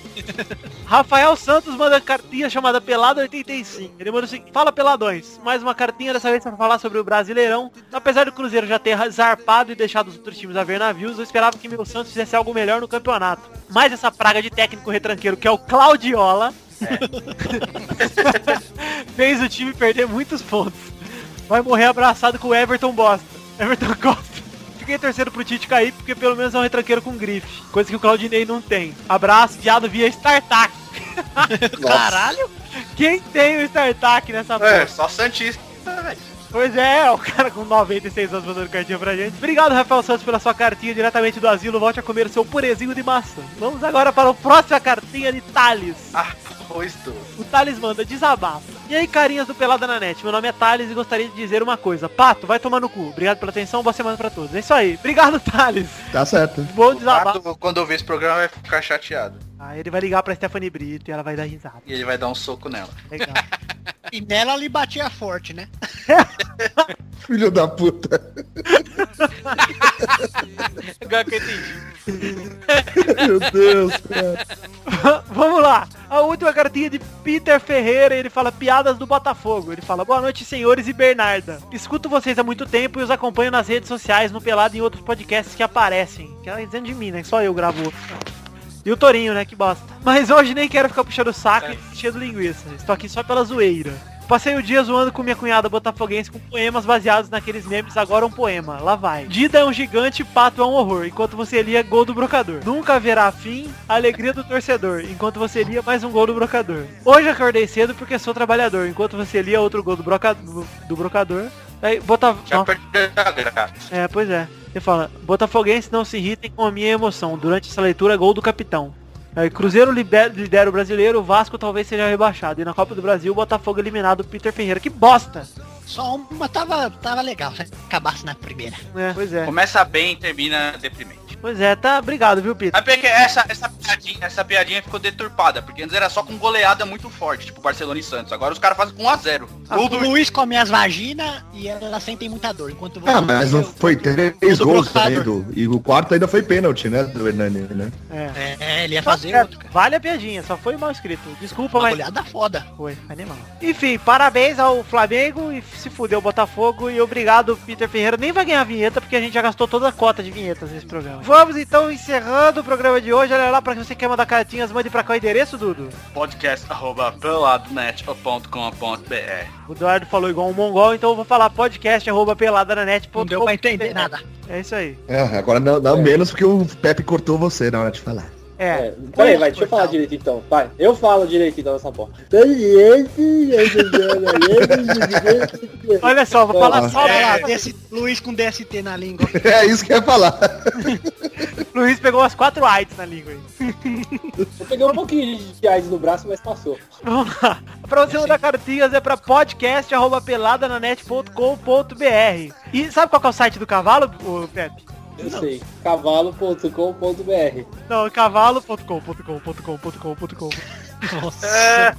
Rafael Santos manda cartinha chamada Pelada 85. Ele manda o seguinte, fala peladões. Mais uma cartinha dessa vez pra falar sobre o Brasileirão. Apesar do Cruzeiro já ter zarpado e deixado os outros times a ver navios, eu esperava que meu Santos fizesse algo melhor no campeonato. Mas essa praga de técnico retranqueiro que é o Claudiola fez o time perder muitos pontos. Vai morrer abraçado com o Everton Bosta. Everton [LAUGHS] Costa. Fiquei torcendo pro Tite cair, porque pelo menos é um retranqueiro com grife. Coisa que o Claudinei não tem. Abraço, viado via StarTac. Caralho! Quem tem o StarTac nessa
É,
porra?
só Santista, velho.
Pois é, o cara com 96 anos mandando cartinha pra gente. Obrigado, Rafael Santos, pela sua cartinha diretamente do asilo. Volte a comer o seu purezinho de maçã. Vamos agora para a próxima cartinha de Thales.
Ah, pois tu.
O Thales manda desabafo. E aí, carinhas do Pelada na Net, meu nome é Thales e gostaria de dizer uma coisa. Pato, vai tomar no cu. Obrigado pela atenção, boa semana pra todos. É isso aí. Obrigado, Thales.
Tá certo.
Bom
O
desabafo.
Pato, quando eu ver esse programa, vai ficar chateado.
Ah, ele vai ligar pra Stephanie Brito e ela vai dar risada.
E ele vai dar um soco nela.
Legal. [LAUGHS]
E nela ele batia forte, né?
Filho da puta.
Agora que eu entendi.
Meu Deus, cara.
Vamos lá. A última cartinha de Peter Ferreira, ele fala piadas do Botafogo. Ele fala, boa noite, senhores e Bernarda. Escuto vocês há muito tempo e os acompanho nas redes sociais, no Pelado e em outros podcasts que aparecem. Que ela tá dizendo de mim, né? Só eu gravo. E o Torinho, né? Que bosta. Mas hoje nem quero ficar puxando o saco e enchendo linguiça. Estou aqui só pela zoeira. Passei o dia zoando com minha cunhada botafoguense com poemas baseados naqueles memes Agora um poema. Lá vai. Dida é um gigante, pato é um horror. Enquanto você lia gol do brocador. Nunca haverá fim, alegria do torcedor. Enquanto você lia mais um gol do brocador. Hoje acordei cedo porque sou trabalhador. Enquanto você lia outro gol do, broca... do, do brocador. Aí, bota...
Já
Nossa.
perdeu a graça.
É, pois é. Ele fala, Botafoguense não se irritem com a minha emoção. Durante essa leitura, gol do capitão. Aí, Cruzeiro liber- lidera o brasileiro, o Vasco talvez seja rebaixado. E na Copa do Brasil, o Botafogo eliminado, Peter Ferreira. Que bosta!
Só uma tava, tava legal, se acabasse na primeira.
É, pois é.
Começa bem e termina deprimente.
Pois é, tá. Obrigado, viu, Peter?
Mas porque é essa, essa, piadinha, essa piadinha ficou deturpada, porque antes era só com goleada muito forte, tipo Barcelona e Santos. Agora os caras fazem com 1x0.
Ah,
Ah,
Gol
o
é?
do
Luiz come as vaginas e elas sentem muita dor. Enquanto você.
Ah, mas não foi três
Do
gols
brocador.
saindo. E o quarto ainda foi pênalti, né? Do Hernani, né?
É.
É, ele ia
Tá
fazer
certo.
outro, cara.
Vale a piadinha, só foi mal escrito. Desculpa,
Uma
mas
olhada foda.
foi animal. Enfim, parabéns ao Flamengo e se fudeu o Botafogo e obrigado Peter Ferreira. Nem vai ganhar vinheta porque a gente já gastou toda a cota de vinhetas nesse programa. Vamos então encerrando o programa de hoje. Olha lá para que você quer mandar cartinhas, mande pra qual endereço, Dudu?
podcast.peladonet.com.br
O Eduardo falou igual um mongol, então eu vou falar podcast arroba peladananet.com.
Não deu pra entender nada.
É isso aí.
É, agora não, não menos porque o Pepe cortou você na hora de falar.
É.
É, peraí, vai, deixa eu falar direito então. Vai, eu falo direito então nessa porra.
Olha só, vou falar só
Olha lá,
pra
DST Luiz com DST na língua.
[LAUGHS] É isso que eu ia falar.
Luiz pegou umas quatro AIDS na língua aí.
Eu peguei um pouquinho de AIDS no braço, mas passou.
Vamos lá. Pra você mandar cartinhas é pra podcast.peladananet.com.br E sabe qual que é o site do cavalo, ô, Pepe?
Eu sei. Cavalo.com.br.
Não, é cavalo.com.com.com.com.com
Nossa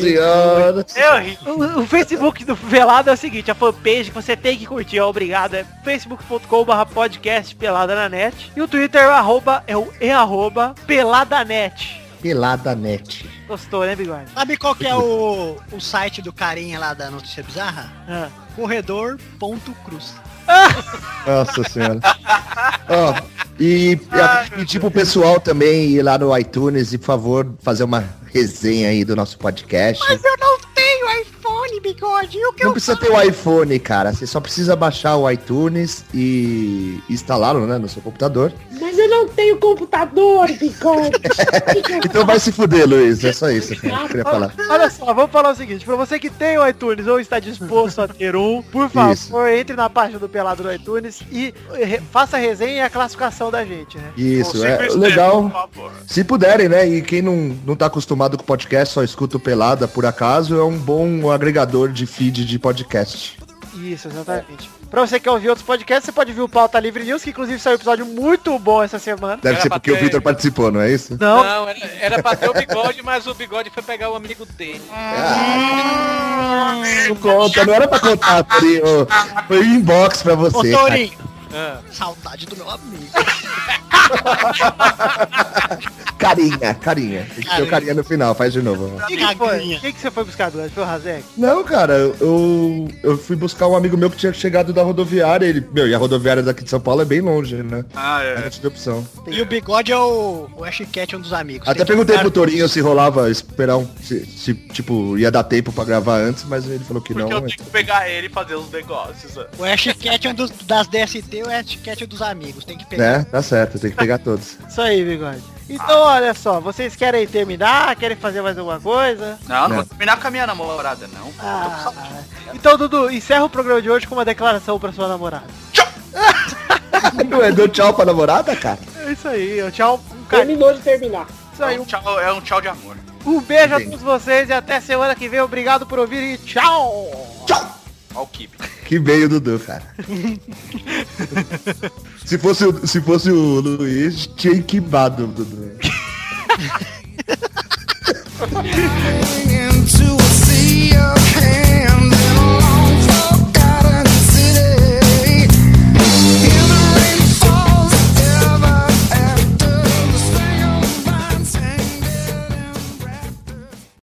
senhora.
Eu ri. O, o Facebook do Pelado é o seguinte, a fanpage que você tem que curtir, é obrigado, é facebook.com.br é podcast pelada na net. E o Twitter arroba, é o e arroba peladanet.
Pelada Net.
Gostou, né, Bigode?
Sabe qual que é o, o site do carinha lá da notícia bizarra?
Ah.
Corredor.cruz.
Nossa senhora. Ó, e e a- pedir pro pessoal também ir lá no iTunes e, por favor, fazer uma resenha aí do nosso podcast.
eu não tenho iPhone, bigode. E o que
Não precisa ter o iPhone, cara. Você só precisa baixar o iTunes e instalá-lo né, no seu computador.
Mas eu não tenho computador,
[LAUGHS]
bigode. Ah,
Então vai se fuder, Luiz. É só isso que eu queria falar.
Olha só, vamos falar o seguinte, pra você que tem o iTunes ou está disposto a ter um, por favor,
Isso.
entre na página do Pelado no iTunes e re- faça a resenha e a classificação da gente, né?
Isso, é legal. Se puderem, né? E quem não, não tá acostumado com podcast, só escuta o Pelada, por acaso, é um bom agregador de feed de podcast.
Isso, exatamente. Pra você que quer ouvir outros podcasts, você pode ouvir o Pauta Livre News, que inclusive saiu um episódio muito bom essa semana.
Deve
Era
ser
pra
porque o
ter-
Victor participou, não é isso?
Não,
Não, era, era pra ter o bigode, mas o bigode foi pegar o amigo dele.
Não conta, não era pra contar. Pri, ô. Foi inbox pra
Ô,
você. cara.
Torinho,
Ah,
saudade do meu amigo.
Carinha, carinha. Tem que ter o carinha no final, faz de novo.
o que, que foi?
Magrinha.
O que, que você foi buscar, Duas? Foi o Razek?
Não, cara, eu, eu fui buscar um amigo meu que tinha chegado da rodoviária. Ele, meu, e a rodoviária daqui de São Paulo é bem longe, né?
Ah,
Aí Não tive opção.
E o bigode é o, o Ash Cat, um dos amigos.
Até
Tem que-
perguntei pro Torinho se rolava esperar um. Se, se, tipo, ia dar tempo pra gravar antes, mas ele falou que não. é.
é.
Porque eu tenho um que pegar ele e fazer os negócios. né? ó.
O Ash Cat é um dos, das DST, o Ash Cat é dos amigos. Tem que pegar.
Né? Tá certo, tem que pegar todos.
Isso aí, Bigode. Então, olha só, vocês querem terminar? Querem fazer mais alguma coisa?
Não, não
Não.
vou terminar com a minha namorada, não.
Ah, então, Dudu, encerra o programa de hoje com uma declaração pra sua namorada.
Não é, deu tchau pra namorada, cara?
É isso aí, ó, tchau. Um carinho.
Terminou de terminar.
Isso aí,
É
um,
um tchau, é um tchau de amor.
um beijo a
Entendi.
todos vocês e até semana que vem. Obrigado por ouvir e tchau!
Ó o Kibe.
Que veio o Dudu, cara. se, fosse, o- se fosse o Luiz, tinha equibado o Dudu.